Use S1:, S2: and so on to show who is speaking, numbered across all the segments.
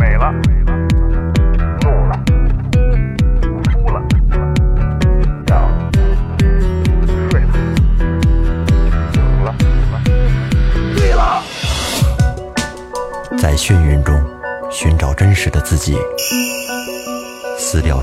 S1: 美了，怒了，哭了，笑了，睡了，醒了，醉了。
S2: 在眩晕中寻找真实的自己，撕掉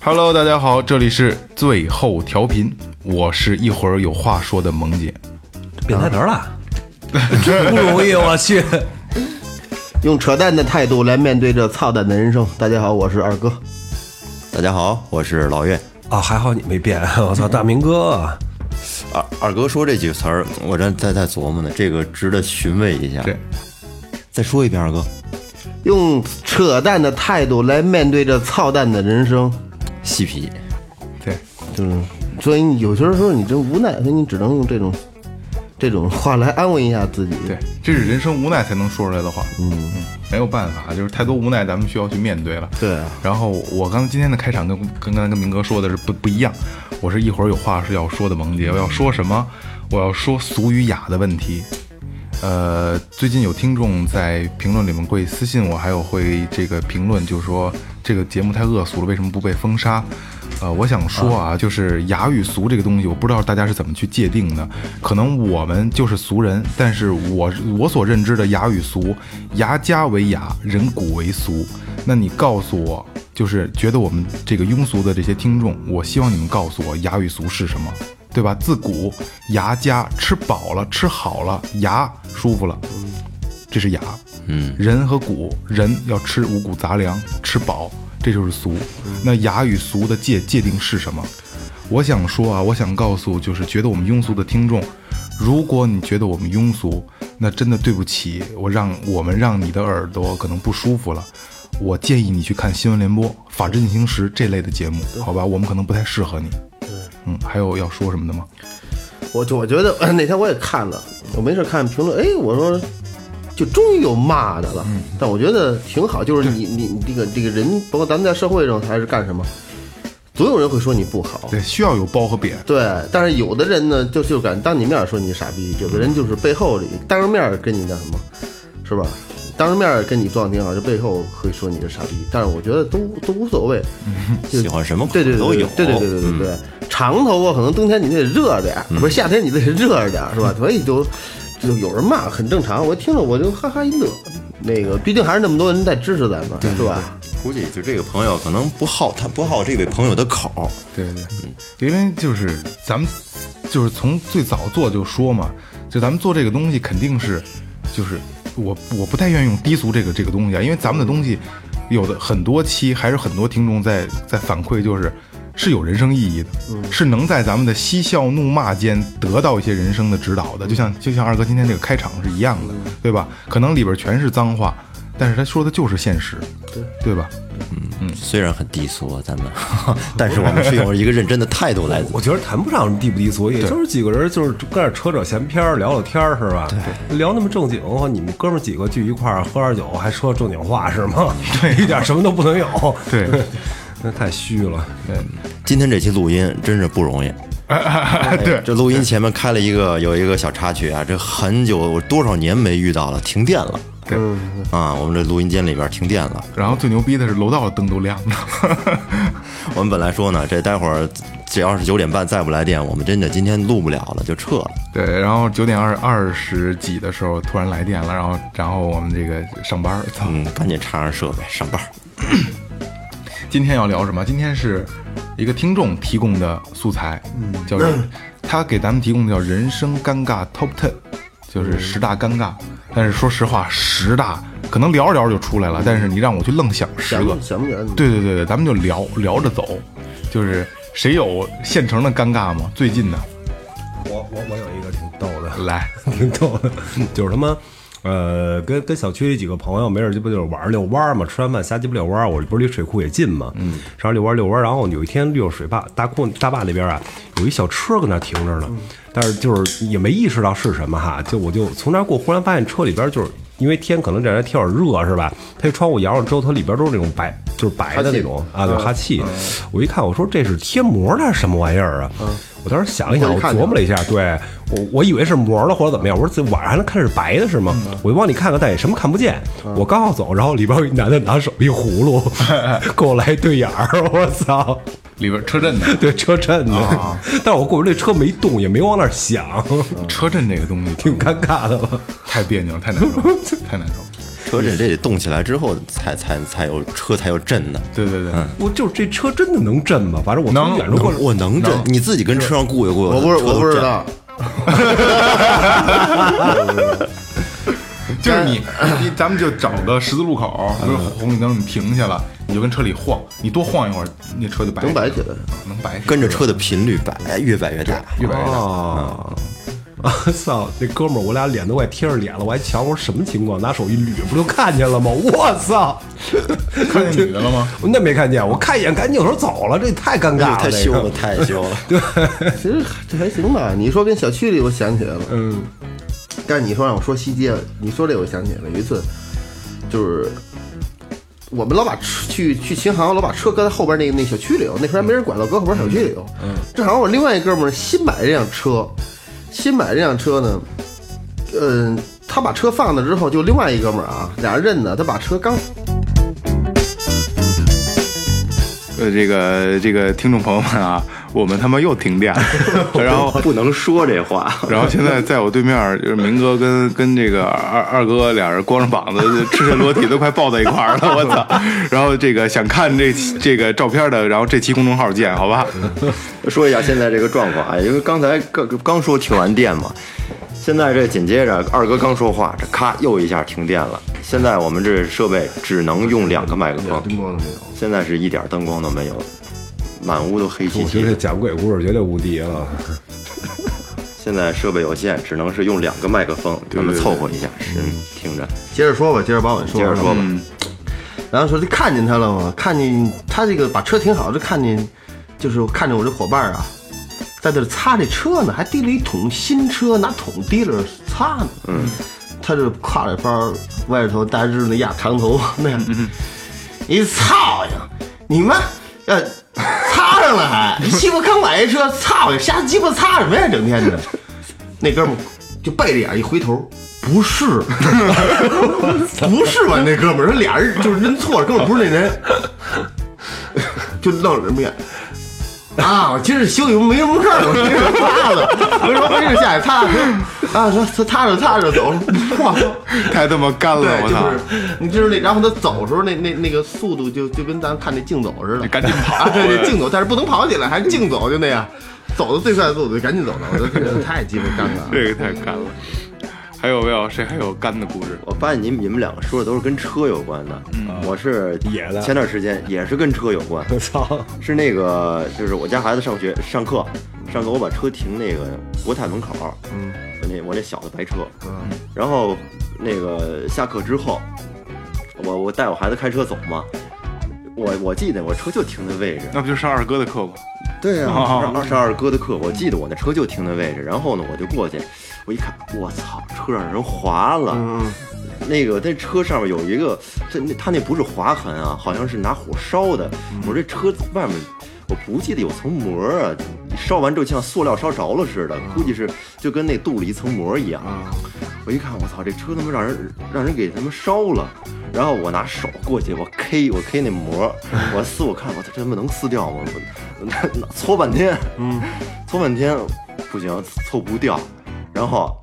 S3: Hello，大家好，这里是最后调频，我是一会儿有话说的萌姐。
S4: 变台词儿 了，真不容易，我去。
S5: 用扯淡的态度来面对这操蛋的人生。大家好，我是二哥。
S2: 大家好，我是老岳。
S4: 啊，还好你没变， 我操，大明哥，
S2: 二二哥说这几个词儿，我这在在琢磨呢，这个值得询问一下。
S3: 对，
S2: 再说一遍，二哥。
S5: 用扯淡的态度来面对这操蛋的人生，
S2: 细皮，
S3: 对，
S5: 就是，所以你有些时候你真无奈，所以你只能用这种这种话来安慰一下自己。
S3: 对，这是人生无奈才能说出来的话。嗯嗯，没有办法，就是太多无奈，咱们需要去面对了。
S5: 对啊
S3: 然后我刚才今天的开场跟跟刚才跟明哥说的是不不一样，我是一会儿有话是要说的，萌姐，我要说什么？我要说俗与雅的问题。呃，最近有听众在评论里面会私信我，还有会这个评论，就说这个节目太恶俗了，为什么不被封杀？呃，我想说啊，就是雅与俗这个东西，我不知道大家是怎么去界定的。可能我们就是俗人，但是我我所认知的雅与俗，牙家为雅，人骨为俗。那你告诉我，就是觉得我们这个庸俗的这些听众，我希望你们告诉我雅与俗是什么。对吧？自古牙家吃饱了，吃好了，牙舒服了，这是雅。嗯，人和骨，人要吃五谷杂粮，吃饱，这就是俗。那雅与俗的界界定是什么？我想说啊，我想告诉就是觉得我们庸俗的听众，如果你觉得我们庸俗，那真的对不起，我让我们让你的耳朵可能不舒服了。我建议你去看新闻联播、法制进行时这类的节目，好吧？我们可能不太适合你。嗯，还有要说什么的吗？
S5: 我就我觉得那天我也看了，我没事看评论，哎，我说就终于有骂的了，
S2: 嗯
S5: 但我觉得挺好，就是你你你这个这个人，包括咱们在社会上还是干什么，总有人会说你不好。
S3: 对，需要有褒和贬。
S5: 对，但是有的人呢，就就敢当你面说你傻逼，有的人就是背后里当着面跟你那什么，是吧？当着面跟你撞挺好，就背后会说你是傻逼。但是我觉得都都无所谓，就
S2: 喜啊欢什么口
S5: 对对对
S2: 都有
S5: 对对对对对对。长头发可能冬天你得热点儿，不是夏天你得热点儿，是吧？所以就就有人骂很正常，我听着我就哈哈一乐。那个，毕竟还是那么多人在支持咱们，是吧？
S2: 估计就这个朋友可能不好，他不好这位朋友的口。
S3: 对对，对，因为就是咱们就是从最早做就说嘛，就咱们做这个东西肯定是就是我我不太愿意用低俗这个这个东西啊，因为咱们的东西有的很多期还是很多听众在在反馈就是。是有人生意义的，是能在咱们的嬉笑怒骂间得到一些人生的指导的，就像就像二哥今天这个开场是一样的，对吧？可能里边全是脏话，但是他说的就是现实，对对吧？
S2: 虽然很低俗，啊，咱们， 但是我们是用一个认真的态度来。
S4: 我觉得谈不上低不低俗，也就是几个人就是跟那儿扯扯闲篇儿，聊聊天儿是吧？聊那么正经，你们哥们儿几个聚一块儿喝点酒，还说正经话是吗？对， 一点什么都不能有。
S3: 对，
S4: 那太虚了。
S2: 今天这期录音真是不容易。
S3: 哎
S2: 对，这录音前面开了一个有一个小插曲啊，这很久我多少年没遇到了，停电了
S3: 对，
S6: 嗯
S2: 啊！我们这录音间里边停电了。
S3: 然后最牛逼的是楼道的灯都亮着，
S2: 我们本来说呢，这待会儿只要是九点半再不来电，我们真的今天录不了了，就撤了。
S3: 对，然后九点二二十几的时候突然来电了，然后然后我们这个上班儿，操，
S2: 嗯，赶紧插上设备上班。
S3: 今天要聊什么？今天是一个听众提供的素材，叫他给咱们提供的叫人生尴尬 Top Ten，就是十大尴尬。但是说实话，十大可能聊着聊着就出来了，但是你让我去愣想十
S5: 想
S3: 个
S5: 不，想不起来，
S3: 对对对对，咱们就聊聊着走，就是谁有现成的尴尬吗？最近的
S4: 我我我有一个挺逗的，
S3: 来，
S4: 挺逗的，就是他妈呃，跟跟小区里几个朋友，没事儿这不就是玩儿遛弯儿嘛？吃完饭瞎鸡巴遛弯儿，我不是离水库也近嘛，嗯，上那遛弯儿遛弯儿，然后有一天遛水坝大库大坝那边啊，有一小车搁那停着呢，但是就是也没意识到是什么哈，就我就从那儿过，忽然发现车里边就是。因为天可能这两天天有点热是吧？它一窗户摇上之后，它里边都是那种白，就是白的那种啊，对，哈气。我一看，我说这是贴膜呢，什么玩意儿啊？我当时想一想，我
S5: 回去看
S4: 琢
S5: 去
S4: 磨了一下，对我我以为是膜了或者怎么样，我说这晚上还能看是白的是吗？我就往里看看，但也什么看不见。我刚要走，然后里边有一男的拿手一葫芦，给我来一对眼儿，我操！
S3: 里边车震的。
S4: 对车震的，但是我过去这车没动，也没往那儿想，
S3: 车震这个东西
S4: 挺尴尬的吧？
S3: 太别扭了，太难受了，太难受了。
S2: 车震这得动起来之后才才才有车才有震呢。
S3: 对对对，
S4: 我就是这车真的能震吗？反正我从
S3: 能
S4: 远处过来，
S2: 我能震，你自己跟车上雇悠雇悠。
S5: 我不是
S2: 车都
S5: 我不知
S2: 震。
S5: 道，
S3: 就是你，你咱们就找个十字路口，比如红绿灯，你停下了，你就跟车里晃，你多晃一会儿，那车就白
S5: 能摆起来，
S3: 能摆起来，
S2: 跟着车的频率摆，越摆越大。
S3: 越摆越大。
S4: 啊！我操，那哥们儿，我俩脸都快贴着脸了，我还瞧我说什么情况，拿手一捋，不就看见了吗？我操！
S3: 看见女的了吗？
S4: 那没看 见，我看一眼，赶紧扭头走了，这也太尴尬了，
S2: 太
S4: 这个
S2: 羞了，太羞了。
S5: 其实这还行吧。你说跟小区里，我想起来了。
S4: 嗯，
S5: 但是你说让我说西街，你说这我想起来了，有一次就是我们老把车去去琴行，老把车搁在后边那个那小区里头，那时候还没人管到，搁后边小区里头。嗯，正好我另外一哥们儿新买这辆车，新买这辆车呢，嗯、他把车放那之后，就另外一哥们儿啊，俩人认的，他把车刚
S3: 呃，这个这个听众朋友们啊，我们他妈又停电了， 然后
S6: 不能说这话。
S3: 然后现在 在我对面儿就是明哥跟跟这个二二哥俩人光着膀子赤身裸体都快抱在一块儿了，我 操！然后这个想看这期这个照片的，然后这期公众号见，好吧？
S6: 说一下现在这个状况啊，因为刚才刚刚说停完电嘛，现在这紧接着二哥刚说话，这咔又一下停电了。现在我们这设备只能用两个麦克风，
S5: 灯光都没有，
S6: 现在是一点灯光都没有，满屋都黑漆
S2: 嗯
S4: 我觉
S6: 漆
S4: 得这
S6: 的。
S4: 讲鬼故事绝对无 敌了。
S6: 现在设备有限，只能是用两个麦克风，咱们凑合一下，是听着。
S5: 接着说吧，接着把我说
S6: 接着说吧，
S5: 然后说这看见他了吗？看见他这个把车停好，就看见，就是看着我这伙伴啊，在这擦这车呢，还提了一桶新车，拿桶提着擦呢。嗯，他就挎着包，歪着头，大日那压长头那样，你操呀！你妈要擦上了还，你鸡巴刚买一车，操呀，瞎鸡巴擦什么呀，整天的。那哥们儿就背着眼一回头，不是， 不是吧？那哥们儿，这俩人就是认错了，根本不是那人，就愣着什么呀？啊，我今儿休息，没什么事儿，我今儿擦了，没什么没事儿下去擦擦，啊，说说擦着擦着走，哇，
S3: 太他妈干了，
S5: 对，
S3: 哎我
S5: 就
S3: 操！
S5: 是你就是那，然后他走的时候那那那个速度就就跟咱看那竞走似的，
S3: 赶紧跑
S5: 啊！对对，竞走，但是不能跑起来，还是竞走就那样，走的最快的速度，赶紧走了，我说这个太鸡巴尴尬了。
S3: 这个太干了。还有没有谁还有干的故事？
S6: 我发现你们你们两个说的都是跟车有关的，我是
S4: 野的
S6: 前段时间也是跟车有关，
S4: 我操！
S6: 是那个，就是我家孩子上学上课，上课我把车停那个国泰门口，嗯，我那我那小的白车，嗯，然后那个下课之后，我我带我孩子开车走嘛，我我记得我车就停那位置，
S3: 那不就是二哥的课吗？
S6: 对呀、
S3: 哦
S6: 啊， 二十二哥的课，我记得我那车就停那位置，然后呢，我就过去，我一看，我操，车让人划了，那个那车上面有一个，这那他那不是划痕啊，好像是拿火烧的，我说这车外面。我不记得有层膜啊，烧完之后像塑料烧着了似的，估计是就跟那镀了一层膜一样。我一看，我操，这车他妈让人让人给他妈烧了。然后我拿手过去，我 K 我 K 那膜，我撕我看，我操，这他妈能撕掉吗？我那搓半天，嗯， 搓半天不行，搓不掉。然后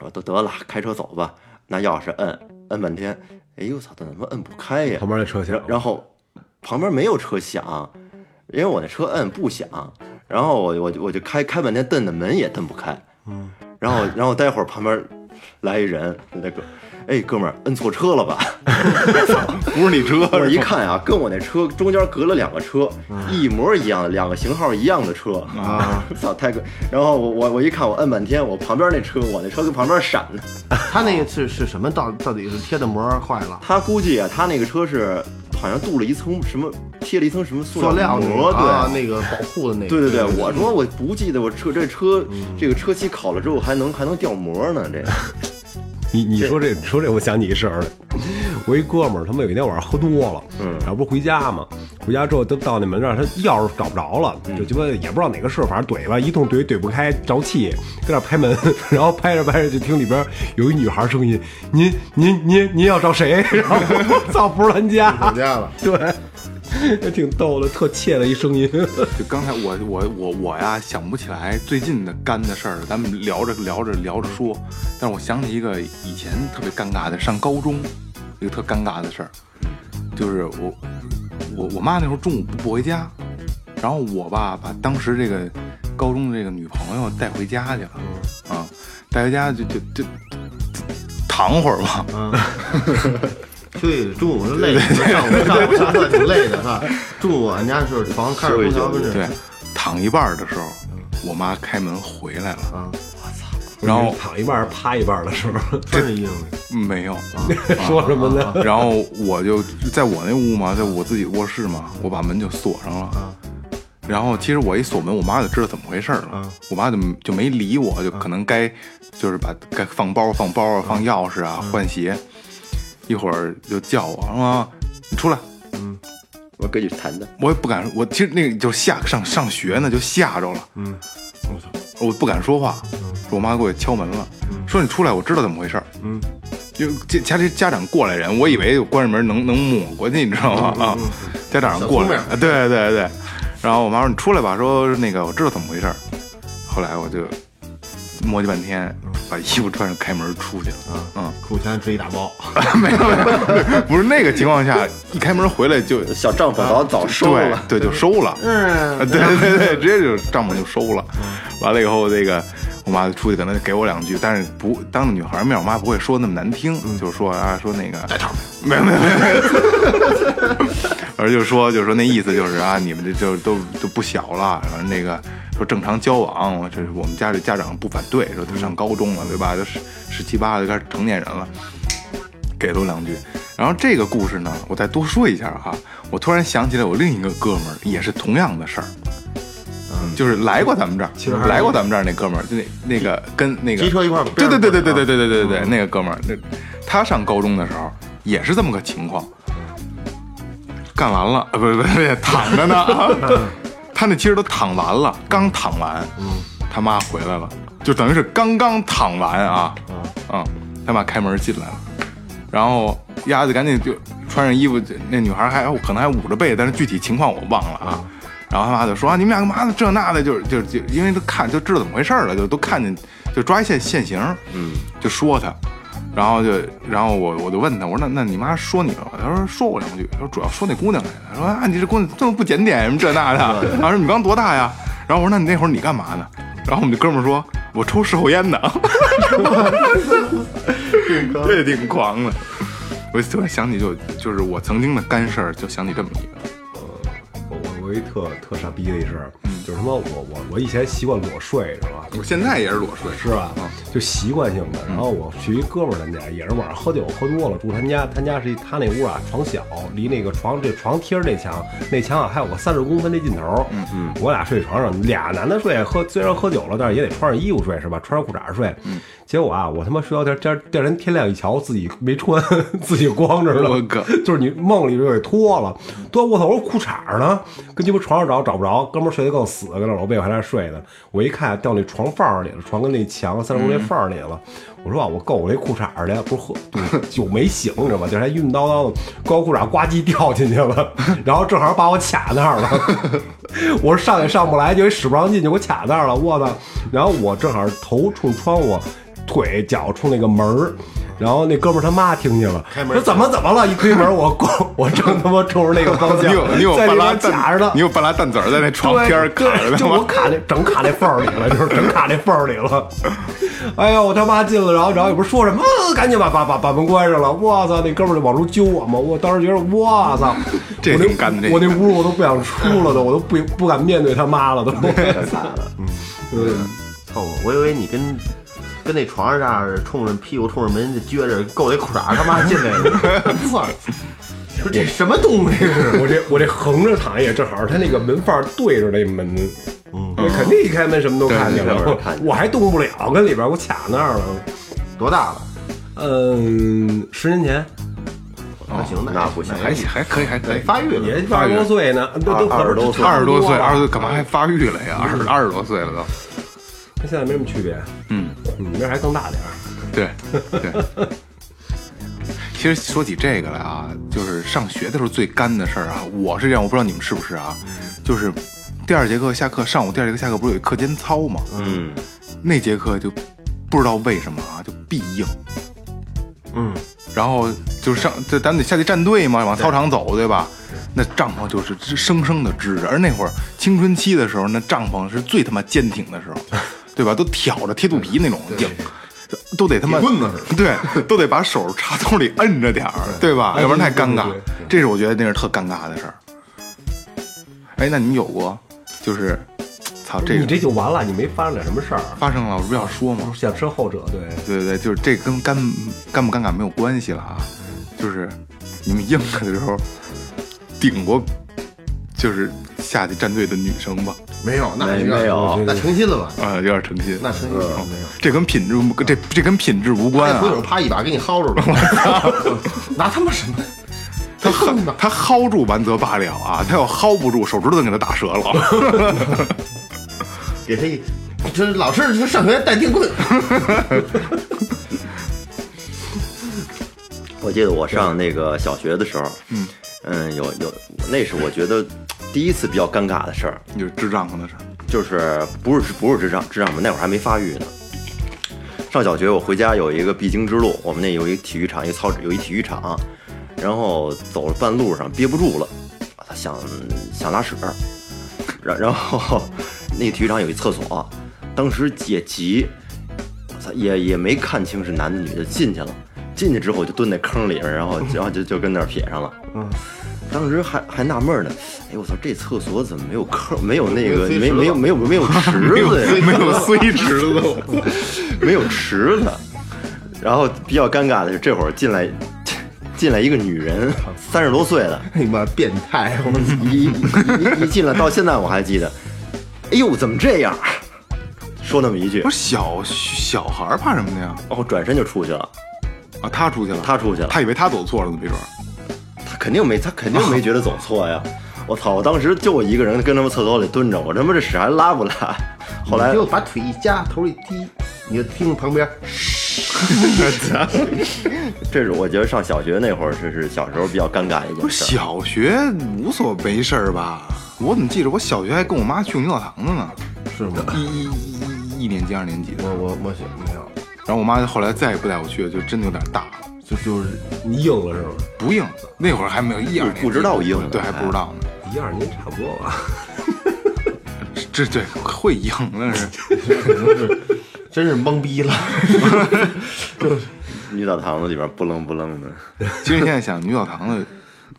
S6: 我都得了，开车走吧，拿钥匙摁摁半天，哎呦我操，怎么摁不开呀
S4: 旁？边那车厢，
S6: 然后旁边没有车响，因为我那车摁不响，然后我我就我就开开半天，蹬的门也蹬不开，嗯，然后然后待会儿旁边来一人，那个，哎，哥们儿，摁错车了吧？
S3: 不是你车，
S6: 我一看啊，跟我那车中间隔了两个车，一模一样，两个型号一样的车啊！ 操，太贵！然后我我我一看，我摁半天，我旁边那车，我那车跟旁边闪呢。
S5: 他那个是是什么？到到底是贴的膜坏了？
S6: 他估计啊，他那个车是好像镀了一层什么，贴了一层什么
S5: 塑
S6: 塑
S5: 料那
S6: 膜，
S5: 个
S6: 对、
S5: 啊，那个保护的那个。
S6: 对对对，嗯我说我不记得我车这车、这个车漆烤了之后还能还能掉膜呢，这个
S4: 你你说这你说这，我想起一事儿来。我一哥们儿，他们有一天晚上喝多了，嗯，然后不是回家嘛，回家之后都到那门那儿，他钥匙找不着了，
S5: 嗯
S4: 就鸡巴也不知道哪个是，反正怼吧，一通怼怼不开，着气，搁那儿拍门， 然后拍着拍着就听里边有一女孩声音：“您您您您要找谁？” 然后我操，不是咱家，
S5: 吵架了，
S4: 对， 也挺逗的，特怯的一声音。
S3: 就刚才我我我我呀，想不起来最近的干的事儿，咱们聊着聊着聊着说，但是我想起一个以前特别尴尬的，上高中一个特尴尬的事儿，就是我我我妈那时候中午不不回家，然后我吧把当时这个高中的这个女朋友带回家去了，啊，带回家就就就躺会儿吧，
S5: 对，中午就累，上午上午上课挺累的哈。中午俺家是床开着空调跟着
S3: 对，躺一半儿的时候，我妈开门回来了，
S5: 啊，
S3: 然后
S4: 躺一半儿趴一半儿的时候，
S5: 穿着衣服
S3: 没有。
S4: 说什么
S5: 啊
S4: 呢？
S3: 然后我就在我那屋嘛，在我自己卧室嘛，我把门就锁上了。然后其实我一锁门，我妈就知道怎么回事了。我妈就就没理我，就可能该就是把该放包放包啊，放钥匙啊，换鞋。一会儿就叫我啊，你出来。
S6: 我跟你谈谈。
S3: 我也不敢，我其实那个就吓上上学呢，就吓着了。嗯，我操，我不敢说话。我妈给我敲门了，说你出来，我知道怎么回事儿。嗯，就家家里家长过来人，我以为我关上门能能抹过去，你知道吗？啊，家长过来人，啊对对对对。然后我妈说你出来吧，说那个我知道怎么回事儿。后来我就磨叽半天，把衣服穿上，开门出去了。 嗯，
S5: 啊裤钱吃一大包，
S3: 没有没有，不是那个情况下，一开门回来就
S6: 小帐篷早早收了，啊
S3: 对，对，就收了。嗯， 对对对，直接就帐篷就收了。
S6: 嗯
S3: 完了以后，这个我妈就出去可能给我两句，但是不当着女孩面，我妈不会说那么难听，
S6: 嗯
S3: 就是说啊，说那个带套，没有没有没有没有， 而就说就说那意思就是啊，你们这就都都不小了，然后那个说正常交往，这是我们家里家长不反对，说都上高中了，对吧？都十十七八就开始成年人了。给了我两句。然后这个故事呢，我再多说一下哈，我突然想起来我另一个哥们儿也是同样的事儿，
S5: 嗯
S3: 就是来过咱们这儿，来过咱们这儿那哥们儿，就那那个跟那个
S5: 机车一块儿嗯
S3: 对对对对对对对对对对，那个哥们儿，那他上高中的时候也是这么个情况，干完了，呃，不不不，躺着呢，啊 他那其实都躺完了，
S5: 嗯
S3: 刚躺完，他妈回来了，就等于是刚刚躺完啊，嗯，他妈开门进来了。然后丫子赶紧就穿上衣服，那女孩还哦可能还捂着背，但是具体情况我忘了啊。然后他妈就说啊，你们俩干嘛呢？这那的，就是就是就因为都看就知道怎么回事了，就都看见就抓一现现行，嗯，就说他，然后就然后我我就问他，我说那那你妈说你了吗？他说说我两句，他说主要说那姑娘来的，说啊你这姑娘这么不检点什么这那的，然后说你刚多大呀？然后我说那你那会儿你干嘛呢？然后我们这哥们儿说我抽事后烟呢。 这挺狂的。我突然想起就就是我曾经的干事儿，就想起这么一个，
S4: 我我我一特特傻逼的一事儿，就是他妈我我我以前习惯裸睡，知道吧？
S3: 我现在也是裸睡，
S4: 是吧？就习惯性的。然后我去一哥们儿他家，也是晚上喝酒喝多了，住他家。他家是一他那屋啊，床小，离那个床这床贴着那墙，那墙啊还有个三十公分那尽头。嗯嗯，我俩睡床上，俩男的睡，喝虽然喝酒了，但是也得穿上衣服睡是吧？穿上裤衩睡。结果啊，我他妈睡到天天第二天天亮一瞧，自己没穿， 自己光着了。
S3: 我靠
S4: 就是你梦里就给脱了，脱我操！我说裤衩呢，跟鸡巴床上找找不着，哥们儿睡得更死，搁那老被我还在那睡呢。我一看掉那床缝儿里了，床跟那墙三十
S3: 嗯
S4: 公分缝儿里了。我说啊，我够我那裤衩儿去，不是喝酒没醒，你知道吧？就是还晕叨叨的，高裤衩呱唧掉进去了，然后正好把我卡那儿了。 我说上也上不来，就也使不上劲，就给我卡那儿了，我操！然后我正好头冲窗户，腿脚冲那个门儿。然后那哥们儿他妈听见了，说怎么怎么了？一推门，我咣，我正他妈冲着那个方
S3: 你
S4: 向
S3: 有你有，
S4: 在
S3: 半
S4: 里
S3: 拉
S4: 边卡
S3: 蛋
S4: 着呢，
S3: 你有半拉蛋子儿在那床
S4: 对
S3: 边儿
S4: 对
S3: 卡着
S4: 就
S3: 呢
S4: 我
S3: 吗？
S4: 卡那整卡那缝儿里了，就是整卡那缝儿里了。哎呦，我他妈进了，然后然后也不是说什么，啊赶紧把把把把门关上了。我操，那哥们儿就往出揪我嘛！我当时觉得，我操，
S3: 这
S4: 我那
S3: 挺干的这
S4: 我那屋我都不想出了都，我都不不敢面对他 妈了都。对，
S5: 操我！我以为你跟跟那床上这样冲着屁股冲着门撅着够得裤衩他妈进来了，操！说这什么东西？
S4: 我这我这横着躺也正好，他那个门缝对着那门，嗯，肯定一开门什么都看见
S6: 对一开
S4: 了
S6: 门看，见
S4: 我还动不了，跟里边我卡那儿了。
S5: 多大了？
S4: 嗯，十年前
S5: 那行，
S6: 那啊不行
S5: 那
S3: 还行还可以，还可以。
S5: 发育了
S4: 也。二十多岁呢，都都
S6: 二十多岁
S3: 二十多岁，二十
S4: 十
S3: 多岁干嘛还发育了呀？二十二十多岁了都。
S4: 跟现在没什么区别。
S3: 嗯，
S4: 你那还更大点儿。
S3: 对对。其实说起这个来啊，就是上学的时候最干的事儿啊，我是这样，我不知道你们是不是啊，就是第二节课下课，上午第二节课下课不是有一课间操吗？
S6: 嗯，
S3: 那节课就不知道为什么啊，就必应。
S5: 嗯，
S3: 然后就是上，这咱们得下去站队嘛，往操场走，对吧？那帐篷就是支生生的支着，而那会儿青春期的时候，那帐篷是最他妈坚挺的时 候，对吧？都挑着贴肚皮那种硬，都得他妈棍子对，都得把手插兜里摁着点儿，对吧？要不然太尴尬。这是我觉得那是特尴尬的事儿。哎，那你有过就是，操，这
S4: 你
S3: 个
S4: 这就完了，你没发生点什么事儿，
S3: 发生了，我不要说吗？
S4: 想吃后者，对，
S3: 对对对，就是这跟尴尴不尴尬没有关系了啊，就是你们硬着的时候顶过，就是下去站队的女生吧，
S5: 没有，那
S6: 没
S5: 有点
S6: 没有
S5: 那成心了吧？
S3: 啊、有点诚心，
S5: 那成心了没有。
S3: 这跟品质无这这跟品质无关
S5: 那朋
S3: 啊
S5: 友，啪一把给你薅住了，拿他妈什么？
S3: 他薅他薅住完则罢了啊，他要薅不住，手指头都给他打折了。
S5: 给他一，这老师这上学带电棍，
S6: 我记得我上那个小学的时候，嗯有有，那是我觉得第一次比较尴尬的事儿，
S3: 就是智障可能是，
S6: 就是不是不是智障，智障我们那会儿还没发育呢。上小学我回家有一个必经之路，我们那有一体育场，一个操有一体育场，然后走了半路上憋不住了，他想想拉屎，然然后那体育场有一厕所，当时也急，我操也也没看清是男的女的，进去了，进去之后就蹲在坑里边，然 后然后就就跟那儿撇上了，嗯。当时还还纳闷呢，哎我操，这厕所怎么没有坑，没有那个没没有没有没 有池子呀？
S3: 没有虽直的都，
S6: 没有池子。然后比较尴尬的是，这会儿进来进来一个女 人，三十多岁的，
S5: 你妈哎变态！我
S6: 一一一一进来到现在我还记得，哎呦怎么这样？说那么一句
S3: 不，是小小孩儿怕什么的呀？
S6: 然后转身就出去了。
S3: 啊，他出去了，
S6: 他出去了
S3: 他以为他走错了呢，没准儿。
S6: 他肯定没他肯定没觉得走 错呀。我操！我当时就我一个人跟他们厕所里蹲着，我他妈这屎还 拉不拉？后来
S5: 你就把腿一夹，头一低，你就听旁边，
S6: 这是我觉得上小学那会儿，这是小时候比较尴尬的一
S3: 不
S6: 件
S3: 是
S6: 事儿。
S3: 小学无所没事儿吧？我怎么记着我小学还跟我妈去牛澡堂子呢？
S5: 是吗？
S3: 一一一一年级、二年级的
S5: 我，我我想没有，
S3: 然后我妈后来再也不带我去，就真的有点大了，
S5: 就就是
S4: 你硬了是吗？
S3: 不硬。那会儿还没有一二年级，
S6: 不知道硬
S3: 对，还不知道呢。
S4: 一二年差不多吧，
S3: 这对会硬，那是
S5: 真是懵逼了。
S6: 女澡堂子里边不楞不楞的。
S3: 其实现在想，女澡堂子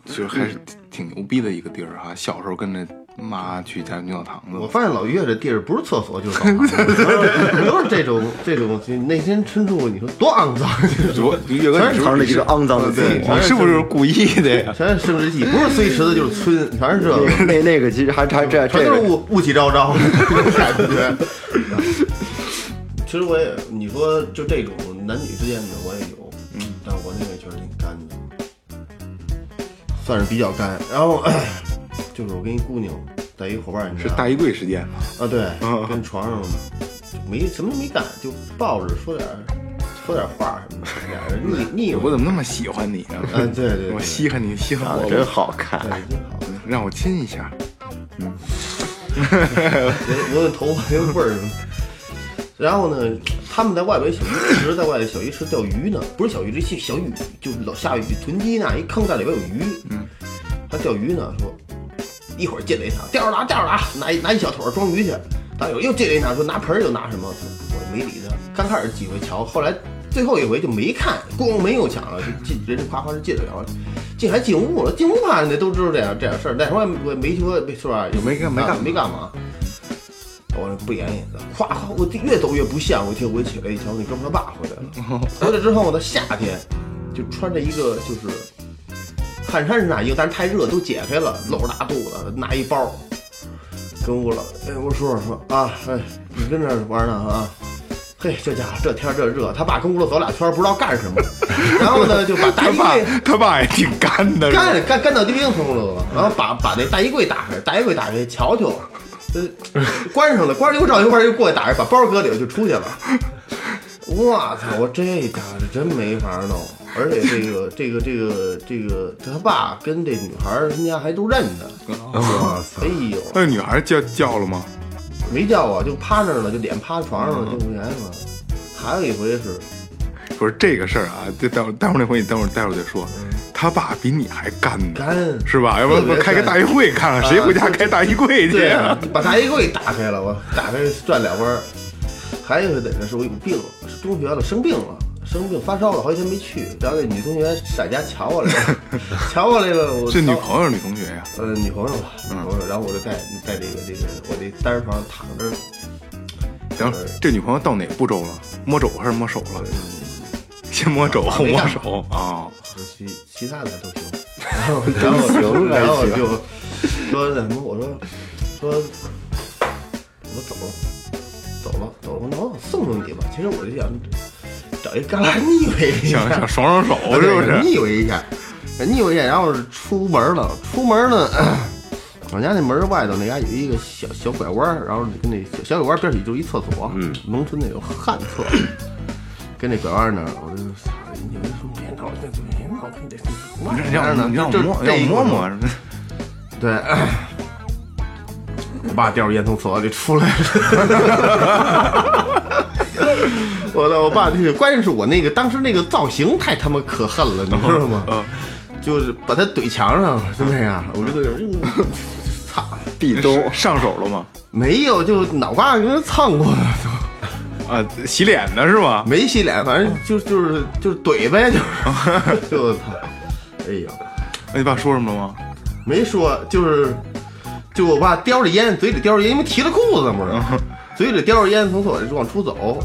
S3: 其实还是挺牛逼的一个地儿哈、小时候跟着妈去家女澡堂子，
S5: 我发现老岳这地儿不是厕所就是澡堂， 都是这种这种内心深处，你说多肮脏，
S3: 我岳哥，
S5: 全
S3: 你
S5: 是
S3: 是
S6: 藏
S3: 不是
S6: 着一个肮脏的自己。
S3: 你是不是故意的呀？
S5: 全是生殖器，不是碎池子就是村，全是这个，
S6: 那那个其实还还这
S5: 全
S6: 这
S5: 都是
S6: 个
S5: 雾雾气昭 昭的感觉。其实我也，你说就这种男女之间的我也有，嗯，但我那个确实挺干的，算是比较干。然后就是我跟一姑娘在一个伙伴儿，你知
S3: 是
S5: 道吗
S3: 大衣柜事件吗？
S5: 啊，对，跟床上没什么都没干，就抱着说点儿说点儿话什么的，俩人腻腻
S3: 我
S5: 歪。
S3: 怎么那么喜欢你呢？
S5: 嗯，对对，对啊
S3: 我稀罕你，稀罕
S6: 长
S3: 我吧，
S6: 得啊真好看。
S5: 对挺好。
S3: 让我亲一下。
S5: 闻闻闻头发那味儿什么。然后呢，他们在外边小鱼池，在外边小鱼池钓鱼呢，不是小鱼池，是小雨，就老下雨囤积那一坑，在里边有鱼。嗯，他钓鱼呢，说一会儿进来一趟，钓着打，啊钓着打，拿一拿一小桶儿装鱼去。他有又进来一趟，说拿盆儿又拿什么，我就没理他，刚开始几回瞧，后来最后一回就没看，咣没有抢了，就进人家夸夸就进来了，进还进屋了，进屋怕那都知道这样这样事儿，但是我也我也没说没说啊，也
S3: 没干没干
S5: 没干嘛。我说不演你了，夸夸，我越走越不像。我一听我起来一瞧，那哥们他爸回来 了。回来之后呢，夏天就穿着一个就是汗衫是那衣服，但是太热都解开了，露着大肚子，拿一包跟屋了。哎，我说我说啊，哎，你跟这儿玩呢啊？嘿，这家伙这天儿这热，他爸跟屋里走俩圈儿，不知道干什么。然后呢，就把大
S3: 他
S5: 衣
S3: 爸
S5: 柜
S3: 他爸也挺干的，是吧
S5: 干干干到叮叮通了，然后把把那大衣柜打开，大衣柜打开瞧瞧，呃，关上了，关上又照一块儿又过去打开，把包搁里头就出去了。我操！我这家伙是真没法弄，而且这个这个这个这个他爸跟这女孩儿，他们家还都认得。
S4: 我操！
S5: 哎呦，
S3: 那女孩叫叫了吗？
S5: 没叫啊，就趴那儿了，就脸趴床上了，就不言了。还有一回是，
S3: 不是这个事儿啊，这待会儿待会儿那回你待会儿待会儿再说。他爸比你还干呢，
S5: 干
S3: 是吧？要不然
S5: 特别
S3: 开个
S5: 干
S3: 大衣柜看看，谁回家开大衣 柜去
S5: 啊对
S3: 啊？
S5: 啊， 把大衣柜打开了，我打开转两弯儿。还有一回在那时候我有病，是中学了，生病了，生病发烧了，好几天没去。然后那女同学在家瞧我来了，瞧我来了，我
S3: 是女
S5: 当
S3: 朋友女同学呀？
S5: 呃，女朋友吧，女朋友。然后我就在在这个这个我这单人床上躺着，
S3: 行，这女朋友到哪步骤了？摸肘还是摸手了？先摸肘后摸手啊！
S5: 其其他的都行。然后然后就然后就说什么，我说说我走了，走了走了，那我送送你吧。其实我就想找一旮旯腻歪一
S3: 想
S5: 下
S3: 想，爽爽手是不
S5: 啊
S3: 是？
S5: 对腻歪一下，腻歪一下。然后出门了，出门呢，我家那门外头那家有一个小小拐弯儿，然后跟那小小拐弯儿边上就是一厕所，嗯，农村那种旱厕。跟那拐弯儿那儿，我就操，你们说别闹，别闹，你得
S3: 你让
S5: 呢，
S3: 你让
S5: 就
S3: 我
S5: 就
S3: 摸，
S5: 这
S3: 让我
S5: 一
S3: 摸
S5: 个
S3: 摸。
S5: 对，我爸叼着烟从厕所里出来了。我的，我爸那个，关键是我那个当时那个造型太他妈可恨了，你知道吗？就是把他怼墙上，就那样。我就在那儿，操，
S3: 壁兜上手了吗？
S5: 没有，就脑瓜子跟人蹭过了都。
S3: 啊，洗脸呢是吗？
S5: 没洗脸，反正就就是就是怼呗，就是就操，哎呀，
S3: 那你爸说什么了吗？
S5: 没说，就是就我爸叼着烟，嘴里叼着烟，因为提了裤子嘛不是，嘴里叼着烟从厕所里往出走，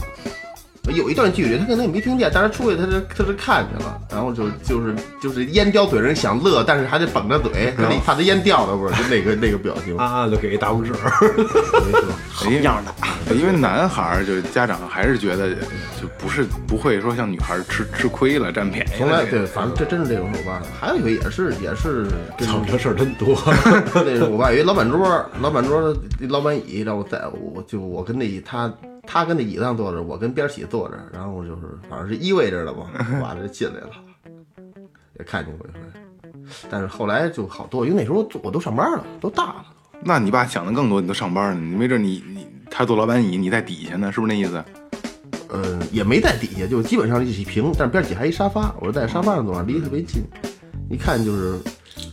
S5: 有一段距离，他可能也没听见，但是出去他是他是看见了，然后就就是就是烟叼嘴上想乐，但是还得绷着嘴，他得怕他烟掉了不是，就那个那个表情，
S4: 啊，就给一大拇指。
S3: 好样的！哎因为男孩儿就家长还是觉得就不是不会说像女孩儿吃吃亏了占便宜了。
S5: 从来对，反正这真是这种是我爸的，还有一回也是也是跟
S4: 操，这事儿真多。
S5: 那是我爸有一老板桌儿，老板桌儿一老板椅，然后我在我就我跟那椅他他跟那椅子上坐着，我跟边儿起坐着，然后就是反正是依偎着了嘛，我爸这进来了，也看见过一回，但是后来就好多，因为那时候我都上班了，都大了，
S3: 那你爸想的更多，你都上班呢，你没准你你他坐老板椅，你在底下呢，是不是那意思？
S5: 呃，也没在底下，就基本上一起平，但是边儿起还一沙发，我就在沙发上坐着，离得特别近，一看就是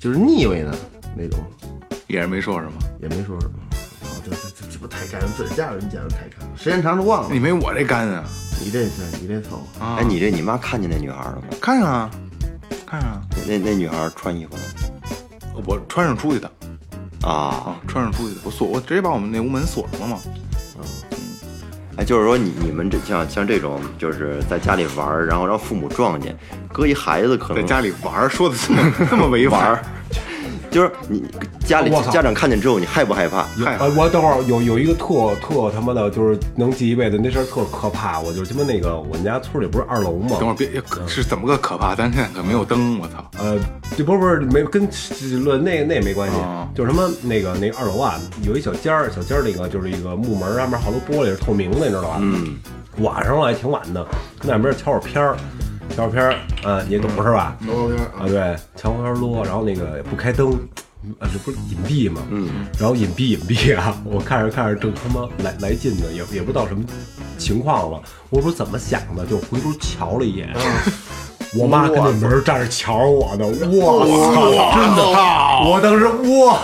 S5: 就是腻歪的那种，
S3: 也是没说什么。
S5: 也没说什么。然后这这这这不太干，自己家人讲的太干，时间长了忘了
S3: 那。你没我这干啊？
S5: 你这是你这头，
S3: 啊，
S6: 哎，你这你妈看见那女孩了吗？
S3: 看上啊，看上啊，
S6: 那那女孩穿衣服了吗
S3: 我穿上出去的
S6: 啊？
S3: 啊，穿上出去的，我锁，我直接把我们那屋门锁上了嘛。
S6: 哎，就是说你你们这像像这种，就是在家里玩儿，然后让父母撞见，搁一孩子可
S3: 在
S6: 能
S3: 家里玩儿，说的这 么这么违法
S6: 玩，就是你
S3: 哦
S6: 家里
S4: 我操
S6: 家长看见之后，你害不害怕？
S3: 嗨
S4: 啊，我等会儿有有一个特特他妈的，就是能记一辈子那事儿特可怕。我就他妈那个，我们家村里不是二楼吗？
S3: 等会儿别是怎么个可怕？咱现在可没有灯，我操！
S4: 呃，这不是不是没跟论那那也没关系，
S3: 啊
S4: 就是什么那个那二楼啊，有一小间儿，小间儿那个就是一个木门儿，上面好多玻璃是透明的，你知道吧？嗯，晚上了还挺晚的，跟那边瞧会儿片儿，瞧会儿片儿，啊，你也懂是吧？
S5: 楼边嗯儿
S4: 啊，对，墙花落，然后那个也不开灯，啊，这不是隐蔽嘛，嗯，然后隐蔽隐蔽啊，我看着看着正他妈来来劲呢，也也不知道什么情况了，我说怎么想的，就回头瞧了一眼，我妈跟那门儿站着瞧我呢，我操，真的，我当时我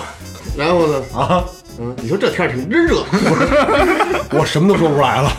S5: 然后呢？
S4: 啊，
S5: 嗯，你说这天儿挺真热，
S4: 我什么都说不出来了啊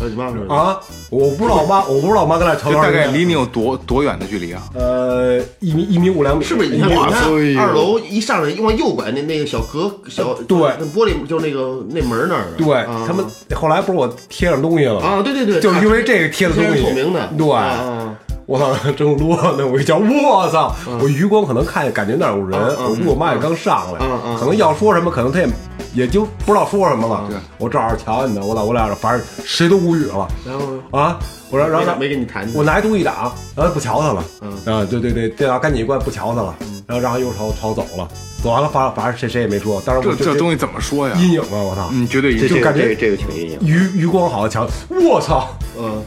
S5: 呃，你妈说
S4: 啊！我不知道我妈，我不知道我妈跟那儿调
S3: 就
S4: 多少
S3: 大概
S4: 时间
S3: 离你有多多远的距离啊？
S4: 呃一米一米五两米，
S5: 是不是？
S4: 一米
S5: 你看
S4: 五
S5: 我
S4: 两米
S5: 们
S2: 哎呦
S5: 二楼一上来往右拐那那个小隔小
S4: 对
S5: 那玻璃就是那个那门儿那儿，
S4: 对
S5: 啊
S4: 他们后来不是我贴上东西了吗？
S5: 啊，对对对，
S4: 就是因为这个贴的东
S5: 是
S4: 西
S5: 透明的，
S4: 对
S5: 啊啊
S4: 我操，正撸呢，我一瞧，我操，我余光可能看见感觉那儿有人，我估计我妈也刚上来
S5: 嗯嗯嗯，
S4: 可能要说什么，可能她也也就不知道说什么了。我正好瞧见她，我俩我俩反正谁都无语了
S5: 然后
S4: 啊！我说，然后
S5: 没
S4: 她
S5: 没跟你谈，
S4: 我拿一东西一打，然后不瞧她了，
S5: 嗯
S4: 啊，对对对，电脑赶紧一关，不瞧她了，然后然后又朝朝走了，走完了，反反正谁谁也没说，当时
S3: 这
S4: 我就
S3: 这东西怎么说呀？
S4: 阴影啊，我操，
S3: 嗯，绝对一
S6: 这
S3: 定
S6: 这
S4: 就
S6: 个
S4: 感
S6: 这
S4: 觉
S6: 个这个挺阴影。
S4: 余余光好像瞧，我操，
S5: 嗯，